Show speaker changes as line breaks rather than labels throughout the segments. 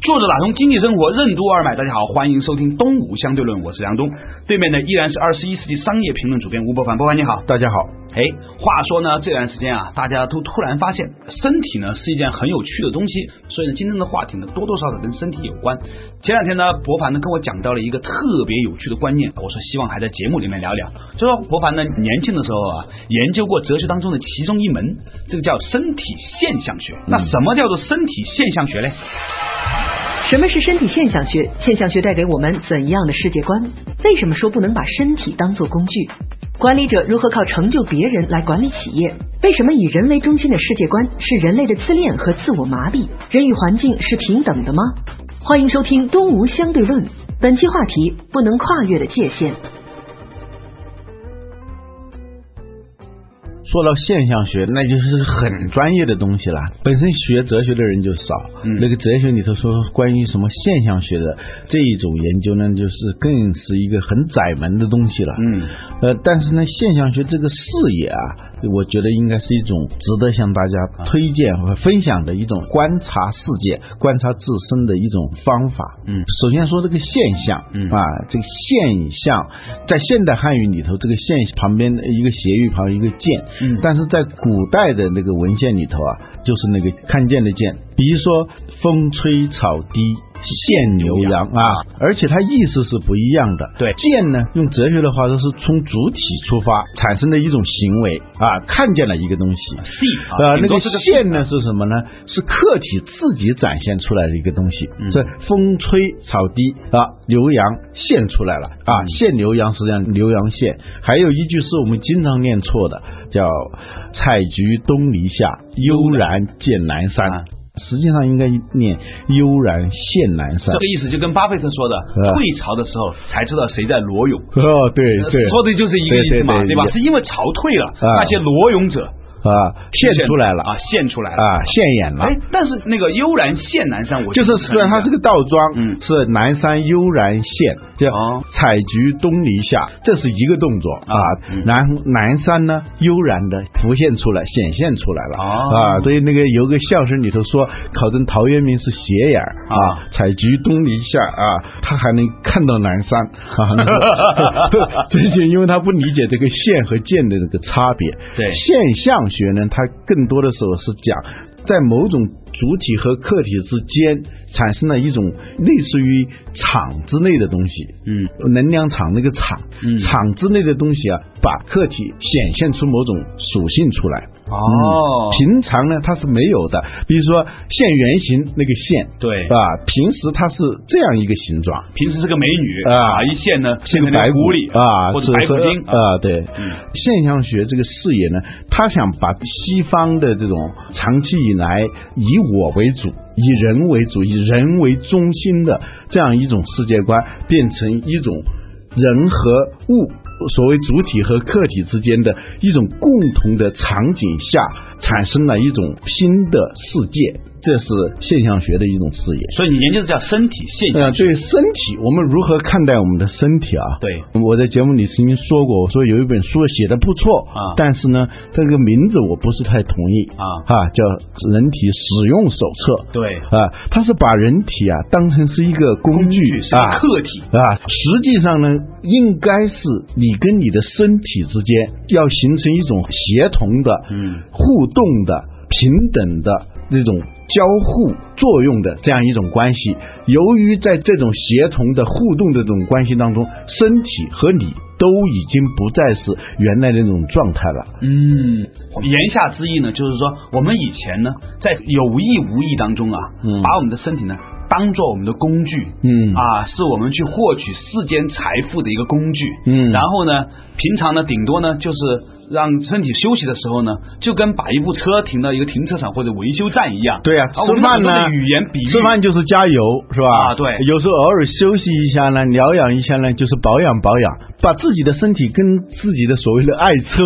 作者打通经济生活任督二脉，大家好，欢迎收听《东吴相对论》，我是梁东，对面的依然是二十一世纪商业评论主编吴伯凡，伯凡你好，大家好。哎，话说呢，这段时间啊，大家都突然发现身体呢是一件很有趣的东西，所以呢，今天的话题呢多多少少跟身体有关。前两天呢，博凡呢跟我讲到了一个特别有趣的观念，我说希望还在节目里面聊聊。就说博凡呢年轻的时候啊，研究过哲学当中的其中一门，这个叫身体现象学。那什么叫做身体现象学嘞？
什么是身体现象学？现象学带给我们怎样的世界观？为什么说不能把身体当做工具？管理者如何靠成就别人来管理企业？为什么以人为中心的世界观是人类的自恋和自我麻痹？人与环境是平等的吗？欢迎收听《东吴相对论》，本期话题：不能跨越的界限。
说到现象学，那就是很专业的东西了。本身学哲学的人就少，
嗯
那个哲学里头说关于什么现象学的这一种研究呢，就是更是一个很窄门的东西了。
嗯，
呃，但是呢，现象学这个视野啊，我觉得应该是一种值得向大家推荐和分享的一种观察世界、观察自身的一种方法。
嗯
首先说这个现象，
嗯
啊，这个现象在现代汉语里头，这个现旁边一个斜玉旁一个见，
嗯
但是在古代的那个文献里头啊，就是那个看见的见，比如说风吹草低。见牛羊啊，而且它意思是不一样的。
对
见呢，用哲学的话说是从主体出发产生的一种行为啊，看见了一个东西。
，see 啊，
呃，
顶
那
多
个
是个
现呢是什么呢？是客体自己展现出来的一个东西。
嗯
这风吹草低啊，牛羊现出来了啊，
嗯
现牛羊实际上牛羊现。还有一句是我们经常念错的，叫“采菊东篱下，悠然见南
啊
山”。实际上应该念“悠然见南山
这个意思就跟巴菲特说的，
呃
退潮的时候才知道谁在裸泳。”。呃
哦，对对，
说的就是一个意思嘛，
对对对
吧？
对
是因为潮退了，
啊
那些裸泳者
啊，现出来了
啊，现出来了。
啊，现眼了
哎。，但是那个悠然现南山，我
就是
很
虽然它这个倒装，
嗯
是南山悠然现，叫
哦
采菊东篱下，这是一个动作啊。
嗯
南南山呢，悠然的浮现出来，显现出来了
哦
啊。所以那个有个相声里头说，考证陶渊明是斜眼儿
啊，
采菊东篱下啊，他还能看到南山啊。 那个这就因为他不理解这个线和见的这个差别。
对
现象学呢，它更多的时候是讲在某种主体和客体之间产生了一种类似于场之类的东西，
嗯，
能量场那个场，
嗯
场之类的东西啊，把客体显现出某种属性出来。
哦
嗯，平常呢它是没有的，比如说现原形那个线，
对
啊，平时它是这样一个形状，
平时是个美女
啊
一现呢
现
现成
白
白
骨
狐狸
啊，
或者
是
白骨
是
精。
啊，对。现象学这个视野呢，他想把西方的这种长期以来以我为主、啊以人为主、以人为中心的这样一种世界观，变成一种人和物。所谓主体和客体之间的一种共同的场景下，产生了一种新的世界，这是现象学的一种视野。
所以你研究的叫身体现象
呃，对身体，我们如何看待我们的身体啊？
对，
我在节目里曾经说过，我说有一本书写的不错
啊
但是呢，这个名字我不是太同意
啊
啊，叫《人体使用手册》。
对
啊，它是把人体啊当成是一个工具
是个
啊。
客体。
啊，实际上呢，应该是你跟你的身体之间要形成一种协同的、
嗯、
互动的、平等的这种交互作用的这样一种关系。由于在这种协同的互动的这种关系当中，身体和你都已经不再是原来的那种状态了。
嗯，言下之意呢，就是说我们以前呢，在有意无意当中啊，
嗯
把我们的身体呢当做我们的工具，
嗯
啊，是我们去获取世间财富的一个工具，
嗯
然后呢，平常呢，顶多呢就是让身体休息的时候呢，就跟把一部车停到一个停车场或者维修站一样。
对呀、
啊我
吃
们
饭
很多
呢
的，语言比喻，
吃饭就是加油，是吧？
啊对
有时候偶尔休息一下呢，疗养一下呢，就是保养保养，把自己的身体跟自己的所谓的爱车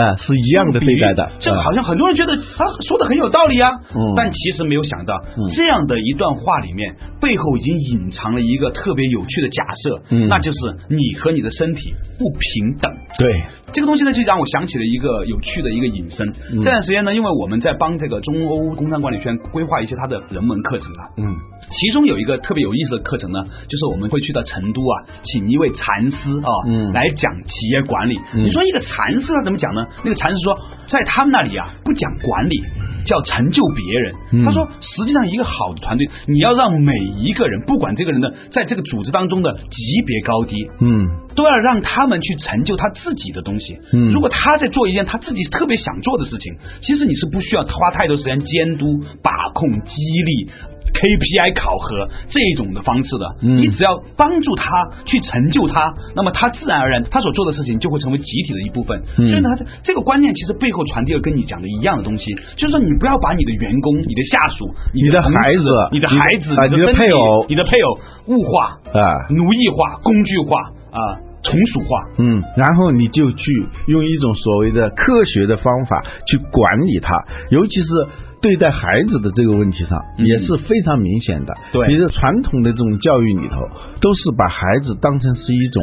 啊是一样的对待的。
这个
啊
好像很多人觉得他说的很有道理啊，
嗯
但其实没有想到，这样的一段话里面背后已经隐藏了一个特别有趣的假设，
嗯
那就是你和你的身体不平等。
对，
这个东西呢，就让我想起了一个有趣的一个引申。
嗯
这段时间呢，因为我们在帮这个中欧工商管理圈规划一些它的人文课程啊，
嗯，
其中有一个特别有意思的课程呢，就是我们会去到成都啊，请一位禅师啊、
嗯
来讲企业管理。
嗯
你说一个禅师他怎么讲呢？那个禅师说，在他们那里啊，不讲管理。叫成就别人。
嗯
他说，实际上一个好的团队，你要让每一个人，不管这个人的在这个组织当中的级别高低，
嗯，
都要让他们去成就他自己的东西。
嗯
如果他在做一件他自己特别想做的事情，其实你是不需要花太多时间监督、把控、激励。KPI 考核这种的方式的，
嗯
你只要帮助他去成就他，那么他自然而然他所做的事情就会成为集体的一部分。
嗯
所以呢，他这个观念其实背后传递了跟你讲的一样的东西，就是说你不要把你的员工、你的下属、你
你的
同
孩
事
子
你的
你的
孩子、
啊你的
身体
配偶
你的配偶物化，
啊，
奴役化、工具化啊、从属化。
嗯，然后你就去用一种所谓的科学的方法去管理它，尤其是。对待孩子的这个问题上
嗯
也是非常明显的。
对
比如传统的这种教育里头，都是把孩子当成是一种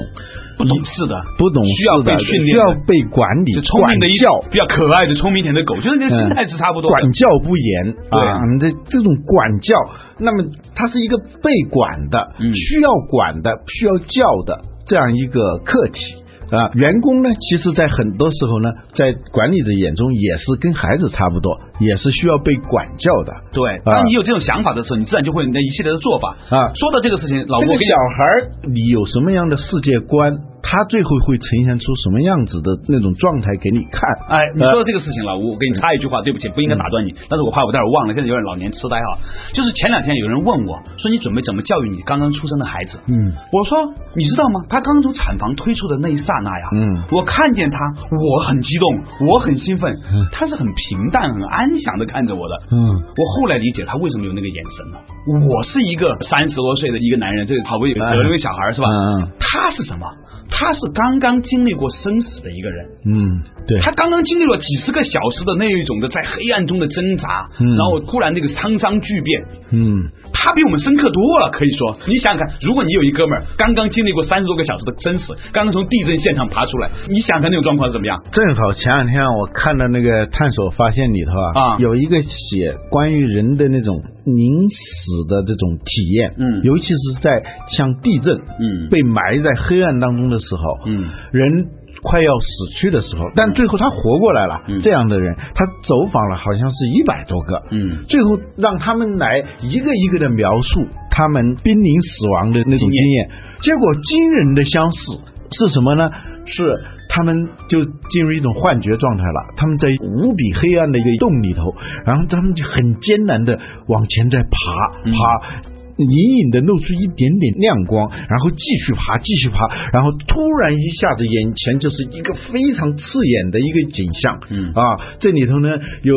不懂事的，
不懂
需要
事的，
被训练的
需要被管理、
就聪明的一
管教。
比较可爱的聪明点的狗，就是那个
嗯
心态是差不多的。
管教不严
对
啊，你这这种管教，那么它是一个被管的、
嗯
需要管的、需要教的这样一个课题。啊，员工呢，其实，在很多时候呢，在管理者眼中也是跟孩子差不多，也是需要被管教的。
对，
啊
当你有这种想法的时候，你自然就会有你的一系列的做法
啊
说到这个事情，老吴，
这
我跟
个
你
小孩儿，你有什么样的世界观，他最后会呈现出什么样子的那种状态给你看？
哎，你
呃
说到这个事情了，我我给你插一句话，对不起，不应该
嗯
打断你，但是我怕我待会儿忘了，现在有点老年痴呆哈。就是前两天有人问我说，你准备怎么教育你刚刚出生的孩子？
嗯，
我说你知道吗？他刚从产房推出的那一刹那呀，
嗯
我看见他，我很激动，我很兴奋，他是很平淡、很安详的看着我的，
嗯，
我后来理解他为什么有那个眼神了。我是一个三十多岁的一个男人，这个好不容易得了个小孩是吧？
嗯嗯
他是什么？他是刚刚经历过生死的一个人，
嗯，对，
他刚刚经历了几十个小时的那一种的在黑暗中的挣扎，
嗯
然后突然那个沧桑巨变，
嗯，
他比我们深刻多了，可以说，你想想看，如果你有一哥们儿刚刚经历过三十多个小时的生死，刚刚从地震现场爬出来，你想想看那种状况是怎么样？
正好前两天我看到那个《探索发现》里头啊，
啊
有一个写关于人的那种凝死的这种体验，
嗯
尤其是在像地震，
嗯
被埋在黑暗当中的时候，
嗯，
人快要死去的时候，但最后他活过来了，
嗯
这样的人，他走访了好像是一百多个，
嗯
最后让他们来一个一个的描述他们濒临死亡的那种经验，结果惊人的相似是什么呢？是他们就进入一种幻觉状态了，他们在无比黑暗的一个洞里头，然后他们就很艰难的往前在爬
嗯
爬。隐隐的露出一点点亮光，然后继续爬，继续爬，然后突然一下子眼前就是一个非常刺眼的一个景象，
嗯
啊，这里头呢有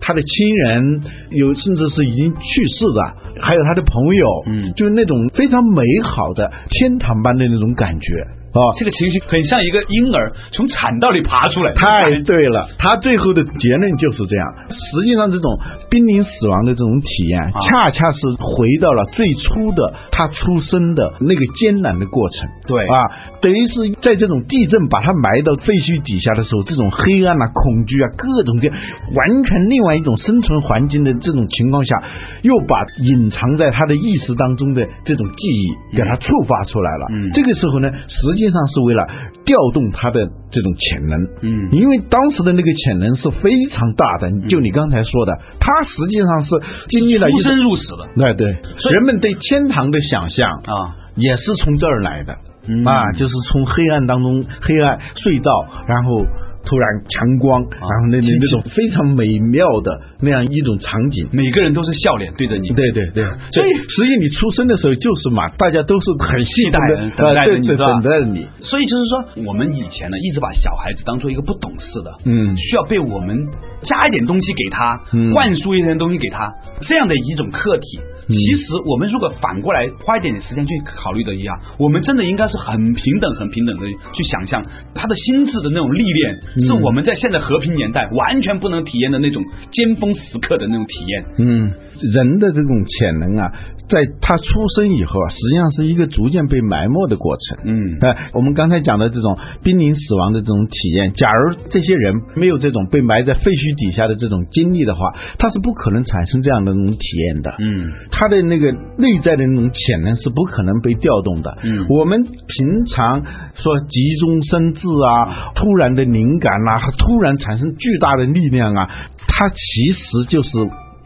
他的亲人，有甚至是已经去世的，还有他的朋友，
嗯
就是那种非常美好的天堂般的那种感觉啊。
哦这个情形很像一个婴儿从产道里爬出来，
太对了，他最后的结论就是这样。实际上，这种濒临死亡的这种体验，恰恰是回到了最初的他出生的那个艰难的过程。
对
啊，等于是在这种地震把他埋到废墟底下的时候，这种黑暗啊、恐惧啊、各种各样完全另外一种生存环境的这种情况下，又把隐藏在他的意识当中的这种记忆给他触发出来了。
嗯
这个时候呢，实际上是为了调动他的这种潜能。
嗯
因为当时的那个潜能是非常大的，就你刚才说的，他实际上是经历了
出
一
生
种。
入死的
哎，对，
所以
人们对天堂的想象
啊。
也是从这儿来的、
嗯
啊，就是从黑暗当中黑暗隧道，然后突然强光，
啊
然后那那那种非常美妙的那样一种场景。
每个人都是笑脸对着你，
对对对，所以实际你出生的时候就是嘛，大家都是很期
待
的，啊
等待着
对
你
对，
是吧
等待着你。
所以就是说，我们以前呢，一直把小孩子当做一个不懂事的，
嗯
需要被我们加一点东西给他，
嗯
灌输一点东西给他，这样的一种客体。
嗯
其实我们如果反过来花一点点时间去考虑的一样，我们真的应该是很平等、很平等的去想象他的心智的那种历练，
嗯
是我们在现在和平年代完全不能体验的那种尖峰时刻的那种体验。
嗯，人的这种潜能啊，在他出生以后啊，实际上是一个逐渐被埋没的过程。
嗯
哎、我们刚才讲的这种濒临死亡的这种体验，假如这些人没有这种被埋在废墟底下的这种经历的话，他是不可能产生这样的那种体验的。
嗯，
他的那个内在的那种潜能是不可能被调动的。
嗯
我们平常说急中生智啊，突然的灵感呐、突然产生巨大的力量啊，它其实就是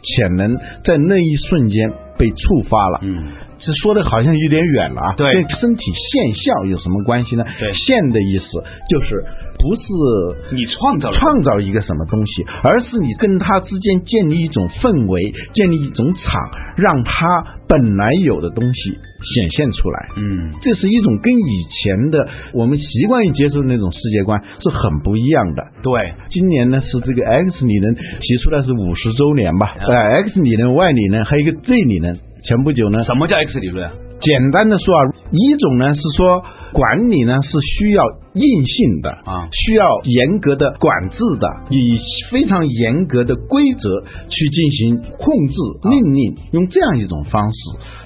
潜能在那一瞬间被触发了。
嗯。
这说的好像有点远了啊，
对
跟身体现象有什么关系呢？
对
现的意思就是不是
你创造了
创造一个什么东西，而是你跟他之间建立一种氛围，建立一种场，让他本来有的东西显现出来。
嗯
这是一种跟以前的我们习惯于接受的那种世界观是很不一样的。
对，
今年呢是这个 X 理论提出的是五十周年吧？
啊
呃，X 理论、Y 理论还有一个 Z 理论。前不久呢，
什么叫 X 理论啊？
简单的说啊，一种呢是说管理呢是需要硬性的
啊
需要严格的管制的，以非常严格的规则去进行控制、
啊
命令，用这样一种方式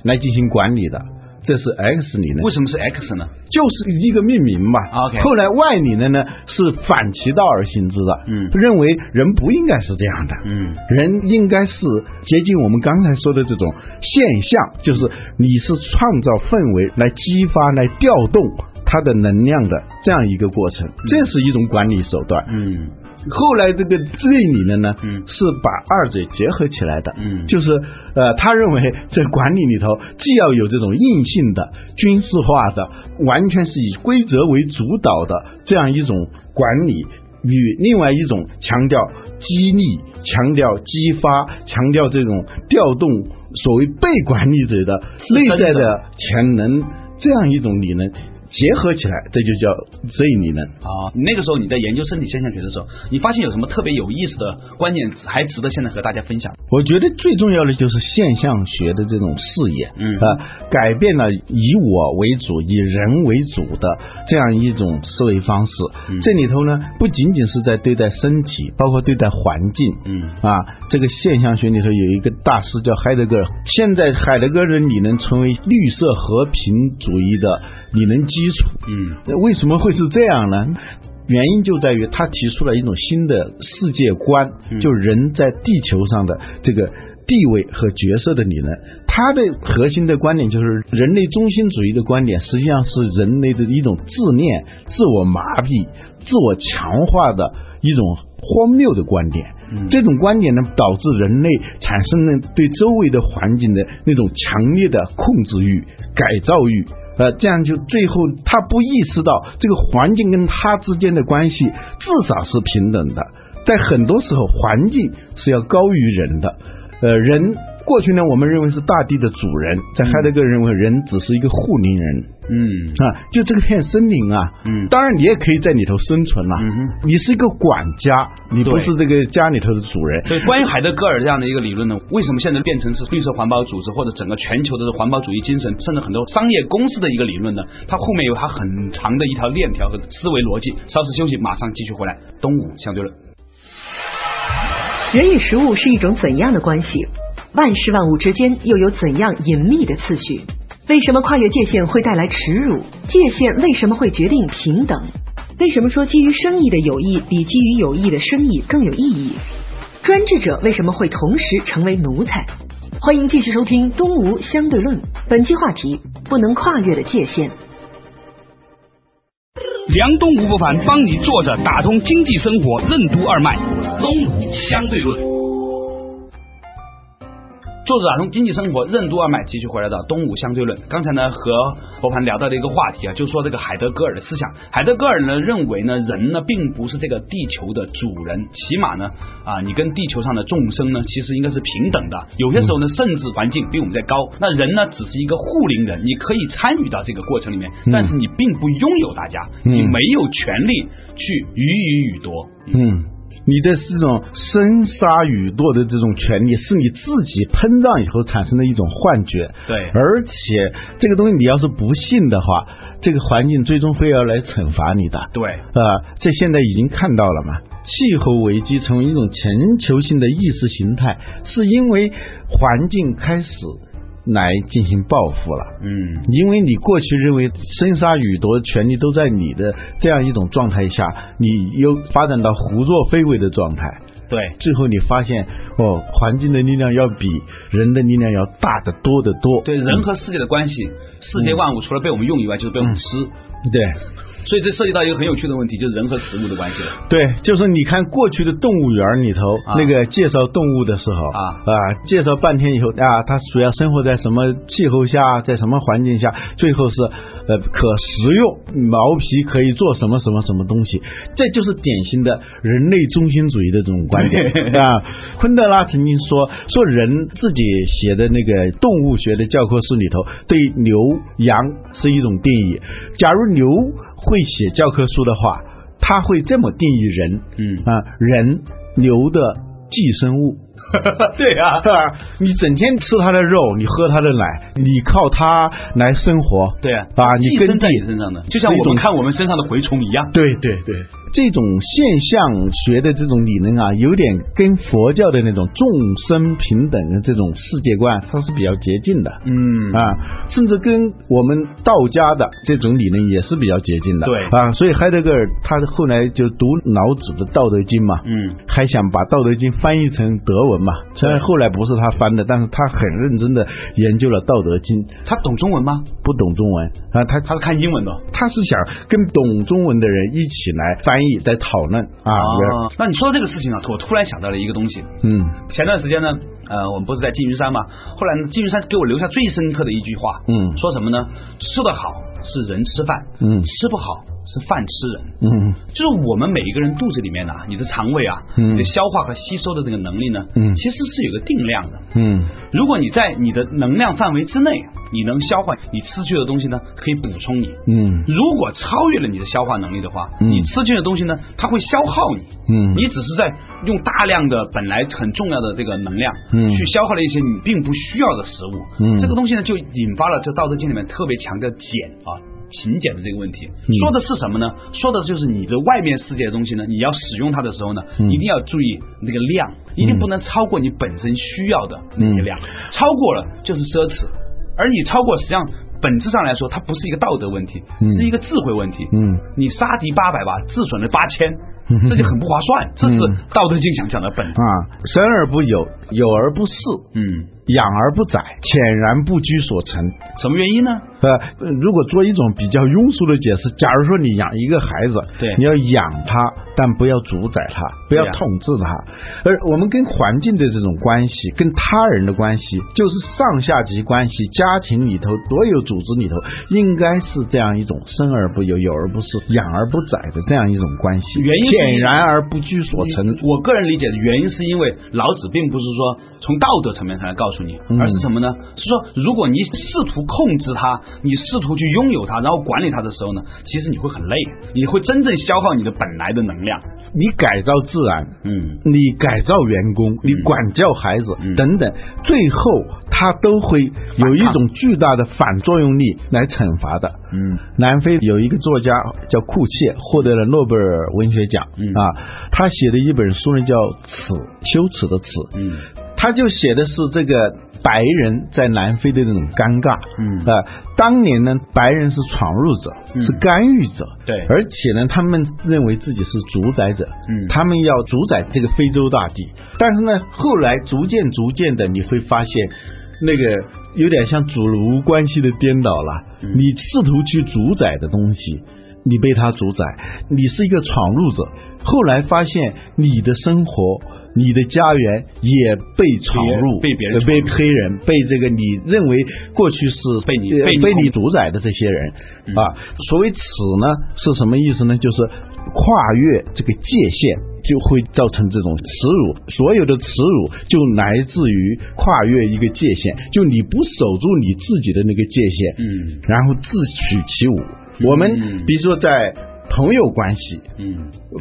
来进行管理的。这是 X 理论，
为什么是 X 呢？
就是一个命名嘛。
OK
后来 Y 理论呢是反其道而行之的，
嗯
认为人不应该是这样的，
嗯
人应该是接近我们刚才说的这种现象，就是你是创造氛围来激发、来调动它的能量的这样一个过程，这是一种管理手段。
嗯
后来这个这理论呢，
嗯
是把二者结合起来的，
嗯
就是呃，他认为在管理里头既要有这种硬性的、军事化的，完全是以规则为主导的这样一种管理，与另外一种强调激励、强调激发、强调这种调动所谓被管理者的内在的潜能这样一种理论结合起来，这就叫 Z 理论。
啊，你那个时候你在研究身体现象学的时候，你发现有什么特别有意思的观点，还值得现在和大家分享？
我觉得最重要的就是现象学的这种视野，
嗯
呃，改变了以我为主、以人为主的这样一种思维方式。
嗯
这里头呢，不仅仅是在对待身体，包括对待环境，
嗯
啊，这个现象学里头有一个大师叫海德格尔，现在海德格尔的理论成为绿色和平主义的理论基础。
嗯
为什么会是这样呢？原因就在于他提出了一种新的世界观，就人在地球上的这个地位和角色的理论。他的核心的观点就是人类中心主义的观点，实际上是人类的一种自恋、自我麻痹、自我强化的一种荒谬的观点。这种观点呢，导致人类产生了对周围的环境的那种强烈的控制欲、改造欲。呃，这样就最后他不意识到这个环境跟他之间的关系至少是平等的，在很多时候环境是要高于人的，呃，人。过去呢，我们认为是大地的主人，在海德格尔认为人只是一个护林人，
嗯
啊，就这片森林啊，
嗯
当然你也可以在里头生存了、
嗯哼
你是一个管家，你不
对
是这个家里头的主人。
所以，关于海德格尔这样的一个理论呢，为什么现在变成是绿色环保组织或者整个全球的环保主义精神，甚至很多商业公司的一个理论呢？它后面有它很长的一条链条和思维逻辑。稍事休息，马上继续回来。东吴相对论，
人与食物是一种怎样的关系？万事万物之间又有怎样隐秘的次序？为什么跨越界限会带来耻辱？界限为什么会决定平等？为什么说基于生意的友谊比基于友谊的生意更有意义？专制者为什么会同时成为奴才？欢迎继续收听《东吴相对论》，本期话题：不能跨越的界限。
梁东吴不凡帮你坐着打通经济生活任督二脉，东吴相对论。
作者打通经济生活任督二脉，继续回来到东吴相对论。刚才呢和罗盘聊到的一个话题啊，就说这个海德格尔的思想。海德格尔呢认为呢，人呢并不是这个地球的主人，起码呢啊，你跟地球上的众生呢其实应该是平等的。有些时候呢，甚至环境比我们在高，那人呢只是一个护林人，你可以参与到这个过程里面，但是你并不拥有大家，你
嗯
没有权利去予以予夺。
嗯，你的这种生杀予夺的这种权利，是你自己膨胀以后产生的一种幻觉。
对
而且这个东西你要是不信的话，这个环境最终会要来惩罚你的。
对，
呃，这现在已经看到了嘛。气候危机成为一种全球性的意识形态，是因为环境开始来进行报复了。
嗯。
因为你过去认为生杀予夺权利都在你的这样一种状态下，你又发展到胡作非为的状态，
对，
最后你发现哦，环境的力量要比人的力量要大得多得多。
对人和世界的关系，世界万物除了被我们用以外，就是被我们吃。
对
所以这涉及到一个很有趣的问题，就是人和食物的关系了。
对，就是你看过去的动物园里头、
啊
那个介绍动物的时候
啊
介绍半天以后啊，它主要生活在什么气候下，在什么环境下，最后是呃可食用，毛皮可以做什么什么什么东西，这就是典型的人类中心主义的这种观点啊。昆德拉曾经说说人自己写的那个动物学的教科书里头，对牛羊是一种定义。假如牛会写教科书的话。他会这么定义人，
嗯
啊，人牛的寄生物。
对啊，
是吧？你整天吃它的肉，你喝它的奶，你靠它来生活。
对啊，
啊，你
寄
跟
生在
地
你身上的，就像我
是一
们
种
看我们身上的蛔虫一样。
对对对，这种现象学的这种理论啊，有点跟佛教的那种众生平等的这种世界观，它是比较接近的。
嗯
啊，甚至跟我们道家的这种理论也是比较接近的。
对
啊，所以海德格尔他后来就读老子的《道德经》嘛，
嗯，
还想把《道德经》翻译成德文嘛。虽然后来不是他翻的，但是他很认真的研究了《道德经》，
他懂中文吗？
不懂中文啊，他
他是看英文的。
他是想跟懂中文的人一起来翻译，来讨论啊。
哦，那你说到这个事情啊，我突然想到了一个东西。
嗯
前段时间呢，呃，我们不是在缙云山嘛，后来呢，缙云山给我留下最深刻的一句话，
嗯
说什么呢？吃得好是人吃饭，
嗯
吃不好是饭吃人。
嗯
就是我们每一个人肚子里面呢、你的肠胃啊，
嗯
你的消化和吸收的这个能力呢，
嗯
其实是有个定量的。
嗯
如果你在你的能量范围之内，你能消化你吃去的东西呢，可以补充你；
嗯
如果超越了你的消化能力的话，
嗯
你吃去的东西呢，它会消耗你。
嗯
你只是在用大量的本来很重要的这个能量，
嗯
去消耗了一些你并不需要的食物。
嗯
这个东西呢，就引发了这《道德经》里面特别强调俭啊。勤俭的这个问题，
嗯
说的是什么呢？说的就是你的外面世界的东西呢，你要使用它的时候呢，
嗯
一定要注意那个量，一定不能超过你本身需要的那些
嗯
量，超过了就是奢侈，而你超过实际上本质上来说，它不是一个道德问题，
嗯
是一个智慧问题。
嗯
你杀敌八百吧，自损了八 千
嗯，
这就很不划算。这是《道德经》想讲的本质。
啊，生而不有，有而不恃，
嗯，
养而不宰，显然不居所成。
什么原因呢？
呃，如果做一种比较庸俗的解释，假如说你养一个孩子，
对
你要养他，但不要主宰他，不要
对呀
统治他。而我们跟环境的这种关系，跟他人的关系，就是上下级关系，家庭里头所有组织里头，应该是这样一种生而不有，有而不恃，养而不宰的这样一种关系。
原因是
显然而不居所成。
我个人理解的原因是因为老子并不是说从道德层面上来告诉你，
嗯
而是什么呢？是说如果你试图控制它，你试图去拥有它，然后管理它的时候呢，其实你会很累，你会真正消耗你的本来的能量。
你改造自然，
嗯，
你改造员工，你管教孩子、
嗯
等等，最后他都会有一种巨大的反作用力来惩罚的。
嗯，
南非有一个作家叫库切，获得了诺贝尔文学奖、
嗯
啊，他写的一本书呢叫《耻》，羞耻的耻。
嗯，
他就写的是这个白人在南非的那种尴尬。
嗯
呃，当年呢，白人是闯入者，
嗯
是干预者。
对
而且呢，他们认为自己是主宰者。
嗯
他们要主宰这个非洲大地。但是呢，后来逐渐逐渐的，你会发现，那个有点像主奴关系的颠倒了。
嗯
你试图去主宰的东西。你被他主宰，你是一个闯入者。后来发现你的生活你的家园也被闯入，
别被别人
呃被黑人，被这个你认为过去是
被你
呃
被你
被
控
你
制
主宰的这些人、
嗯
啊。所谓“此”呢，是什么意思呢？就是跨越这个界限。就会造成这种耻辱，所有的耻辱就来自于跨越一个界限，就你不守住你自己的那个界限，
嗯
然后自取其辱。我
嗯
们比如说在朋友关系、
嗯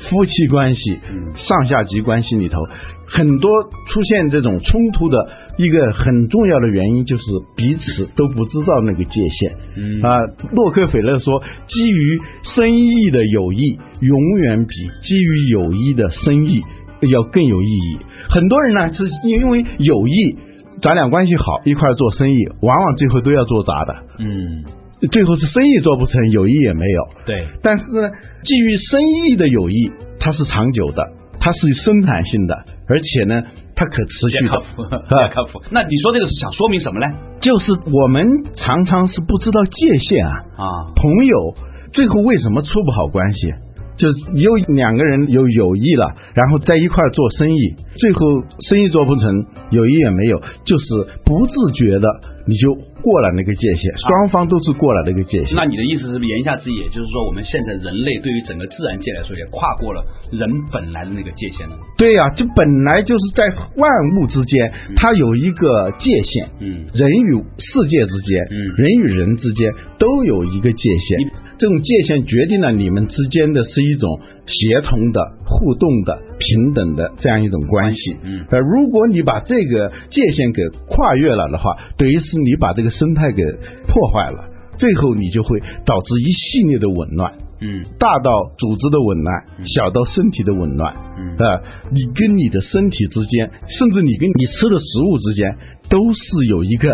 夫妻关系、
嗯
上下级关系里头，很多出现这种冲突的一个很重要的原因就是彼此都不知道那个界限。
嗯
啊，洛克菲勒说，基于生意的友谊，永远比基于友谊的生意要更有意义。很多人呢，是因为友谊，咱俩关系好，一块儿做生意，往往最后都要做砸的。
嗯，
最后是生意做不成，友谊也没有。
对，
但是呢，基于生意的友谊，它是长久的，它是生产性的，而且呢，它可持续
也靠
的。 啊
谱，也靠谱。那你说这个是想说明什么呢？
就是我们常常是不知道界限啊，
啊，
朋友最后为什么处不好关系？就是有两个人有友谊了，然后在一块儿做生意，最后生意做不成，友谊也没有，就是不自觉的你就过了那个界限，
啊
双方都是过了那个界限。
那你的意思是不是言下之意，也就是说，我们现在人类对于整个自然界来说，也跨过了人本来的那个界限了？
对呀、就本来就是在万物之间，它有一个界限。
嗯
人与世界之间，
嗯
人与人之间都有一个界限
你，
这种界限决定了你们之间的是一种协同的、互动的、平等的这样一种关系。
嗯，
呃，如果你把这个界限给跨越了的话，等于是你把这个生态给破坏了，最后你就会导致一系列的紊乱。
嗯
大到组织的紊乱，小到身体的紊乱，
嗯
呃，你跟你的身体之间，甚至你跟你吃的食物之间，都是有一个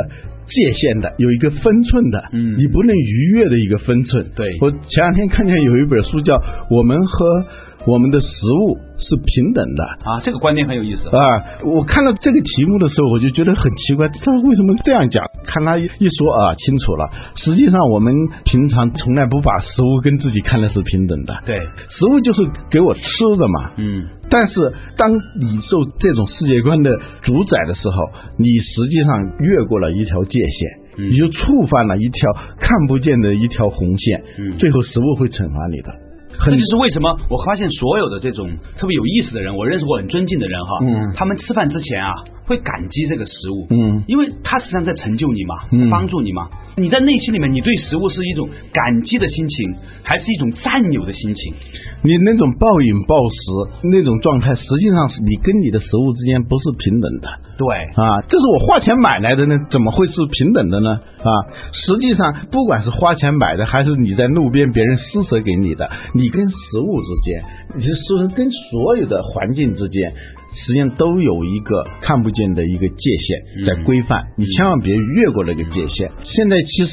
界限的，有一个分寸的，
嗯
你不能逾越的一个分寸。
对
我前两天看见有一本书叫《我们和我们的食物是平等的》。
啊，这个观点很有意思。
啊，我看到这个题目的时候，我就觉得很奇怪，他为什么这样讲？看他一一说啊，清楚了。实际上，我们平常从来不把食物跟自己看的是平等的，
对，
食物就是给我吃的嘛。
嗯
但是，当你受这种世界观的主宰的时候，你实际上越过了一条界限，
嗯
你就触犯了一条看不见的一条红线，
嗯
最后食物会惩罚你的。
这
很
就是为什么我发现所有的这种特别有意思的人，我认识过很尊敬的人哈，
嗯
他们吃饭之前啊会感激这个食物，
嗯
因为他实际上在成就你嘛，
嗯
帮助你嘛。你在内心里面，你对食物是一种感激的心情，还是一种占有的心情？
你那种暴饮暴食那种状态，实际上是你跟你的食物之间不是平等的
对，
啊！这是我花钱买来的呢，怎么会是平等的呢？啊，实际上不管是花钱买的，还是你在路边别人施舍给你的，你跟食物之间，你是说跟所有的环境之间。实际上都有一个看不见的一个界限在规范，你千万别越过那个界限。现在其实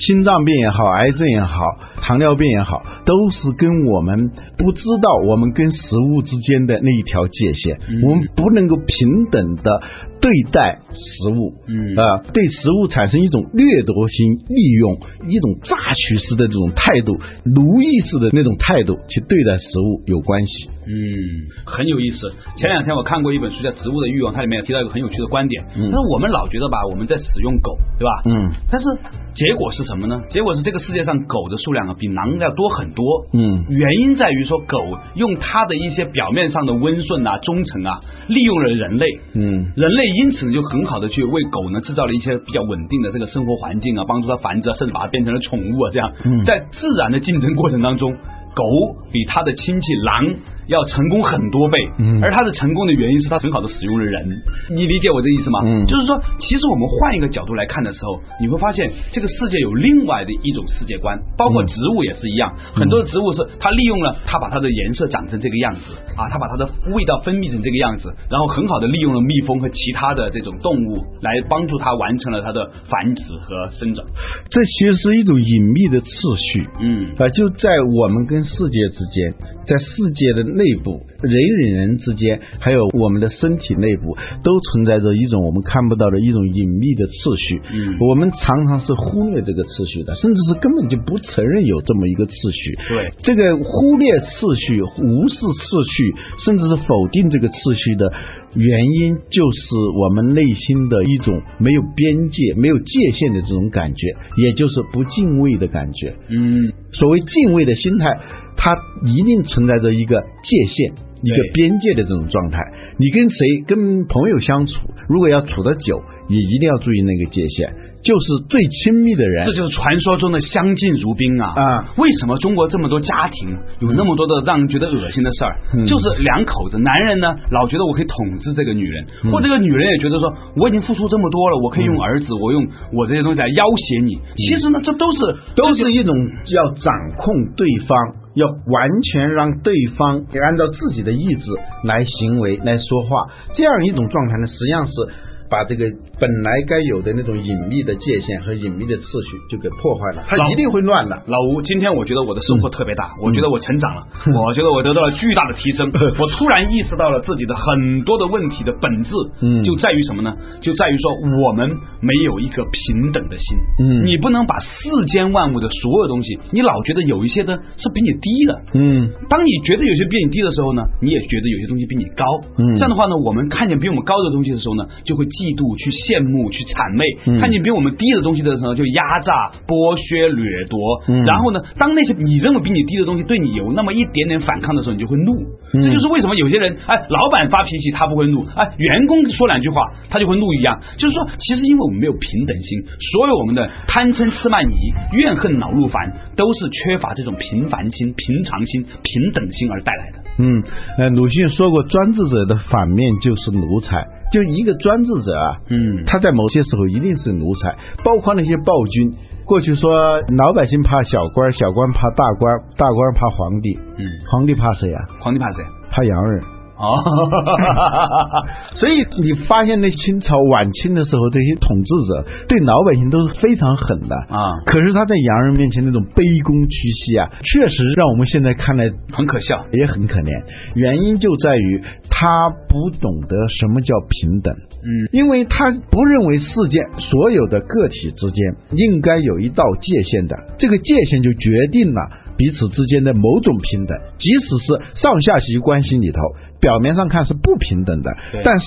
心脏病也好，癌症也好，糖尿病也好，都是跟我们不知道我们跟食物之间的那一条界限，我们不能够平等的对待食物，
嗯
啊、对食物产生一种掠夺性利用，一种榨取式的这种态度，奴役式的那种态度去对待食物有关系。
嗯，很有意思。前两天我看过一本书叫《植物的欲望》，它里面有提到一个很有趣的观点，他
嗯
说我们老觉得吧，我们在使用狗，对吧？
嗯
但是结果是什么呢？结果是这个世界上狗的数量啊比狼要多很多。
嗯
原因在于说狗用它的一些表面上的温顺啊、忠诚啊，利用了人类。
嗯
人类因此就很好的去为狗呢制造了一些比较稳定的这个生活环境啊，帮助它繁殖啊，甚至把它变成了宠物啊，这样、
嗯
在自然的竞争过程当中，狗比它的亲戚狼要成功很多倍，
嗯
而它的成功的原因是它很好的使用了人，你理解我的意思吗？
嗯
啊就是说，其实我们换一个角度来看的时候，你会发现这个世界有另外的一种世界观，包括
嗯
植物也是一样，很多的植物是它利用了它把它的颜色长成这个样子啊，它把它的味道分泌成这个样子，然后很好的利用了蜜蜂和其他的这种动物来帮助它完成了它的繁殖和生长。
这其实是一种隐秘的次序。
嗯
啊，就在我们跟世界之间，在世界的内部，人与人之间，还有我们的身体内部，都存在着一种我们看不到的一种隐秘的次序。
嗯
我们常常是忽略这个次序的，甚至是根本就不承认有这么一个次序。
对，
这个忽略次序、无视次序，甚至是否定这个次序的原因就是我们内心的一种没有边界、没有界限的这种感觉，也就是不敬畏的感觉。
嗯，
所谓敬畏的心态，它一定存在着一个界限、一个
对
边界的这种状态。你跟谁、跟朋友相处，如果要处得久，也一定要注意那个界限，就是最亲密的人
这。就是传说中的相敬如宾啊！
啊，
为什么中国这么多家庭有那么多的让人觉得恶心的事儿？
嗯
就是两口子，男人呢老觉得我可以统治这个女人，
嗯
或者这个女人也觉得说我已经付出这么多了，我可以用儿子，我用我这些东西来要挟你。其实呢，这都是
嗯都是一种要掌控对方，要完全让对方按照自己的意志来行为、来说话，这样一种状态呢，实际上是把这个本来该有的那种隐秘的界限和隐秘的次序就给破坏了，它
老
一定会乱的。嗯
老吴，今天我觉得我的收获特别大，我觉得我成长了，我觉得我得到了巨大的提升，
嗯
我突然意识到了自己的很多的问题的本质，
嗯
就在于什么呢？就在于说我们没有一颗平等的心，
嗯
你不能把世间万物的所有东西，你老觉得有一些的是比你低的，
嗯，
当你觉得有些比你低的时候呢，你也觉得有些东西比你高。
嗯
这样的话呢，我们看见比我们高的东西的时候呢，就会嫉妒、去羡慕、去谄媚；
嗯
看见比我们低的东西的时候，就压榨、剥削、掠夺。
嗯
然后呢，当那些你认为比你低的东西对你有那么一点点反抗的时候，你就会怒。
嗯
这就是为什么有些人，哎，老板发脾气他不会怒，哎，员工说两句话他就会怒一样。就是说，其实因为我们没有平等心，所有我们的贪嗔痴慢疑、怨恨恼怒烦，都是缺乏这种平凡心、平常心、平等心而带来的。
嗯，呃，鲁迅说过，专制者的反面就是奴才。就一个专制者啊，
嗯
他在某些时候一定是奴才，包括那些暴君。过去说老百姓怕小官，小官怕大官，大官怕皇帝，
嗯，
皇帝怕谁啊？
皇帝怕 谁？
怕洋人。
哦，
啊所以你发现那清朝晚清的时候，这些统治者对老百姓都是非常狠的
啊
可是他在洋人面前那种卑躬屈膝啊，确实让我们现在看来
很可笑。
也很可怜，原因就在于他不懂得什么叫平等。
嗯，
因为他不认为世界所有的个体之间应该有一道界限的，这个界限就决定了彼此之间的某种平等，即使是上下级关系里头，表面上看是不平等的
对，
但是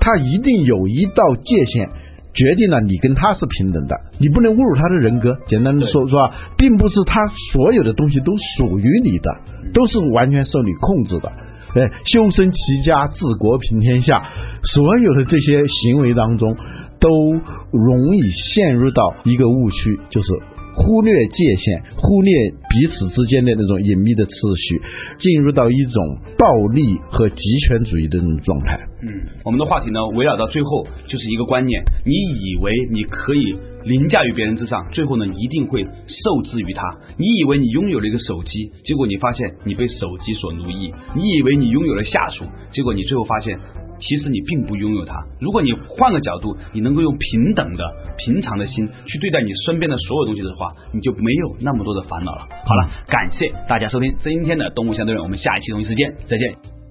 它一定有一道界限。决定了你跟他是平等的，你不能侮辱他的人格。简单的说说啊，并不是他所有的东西都属于你的，都是完全受你控制的。哎，修身齐家、治国平天下，所有的这些行为当中，都容易陷入到一个误区，就是忽略界限，忽略彼此之间的那种隐秘的次序，进入到一种暴力和极权主义的那种状态。
嗯，我们的话题呢，围绕到最后就是一个观念：你以为你可以凌驾于别人之上，最后呢一定会受制于他。你以为你拥有了一个手机，结果你发现你被手机所奴役；你以为你拥有了下属，结果你最后发现。其实你并不拥有它。如果你换个角度，你能够用平等的、平常的心去对待你身边的所有东西的话，你就没有那么多的烦恼了。好了，感谢大家收听今天的《动物相对论》，我们下一期同一时间再见。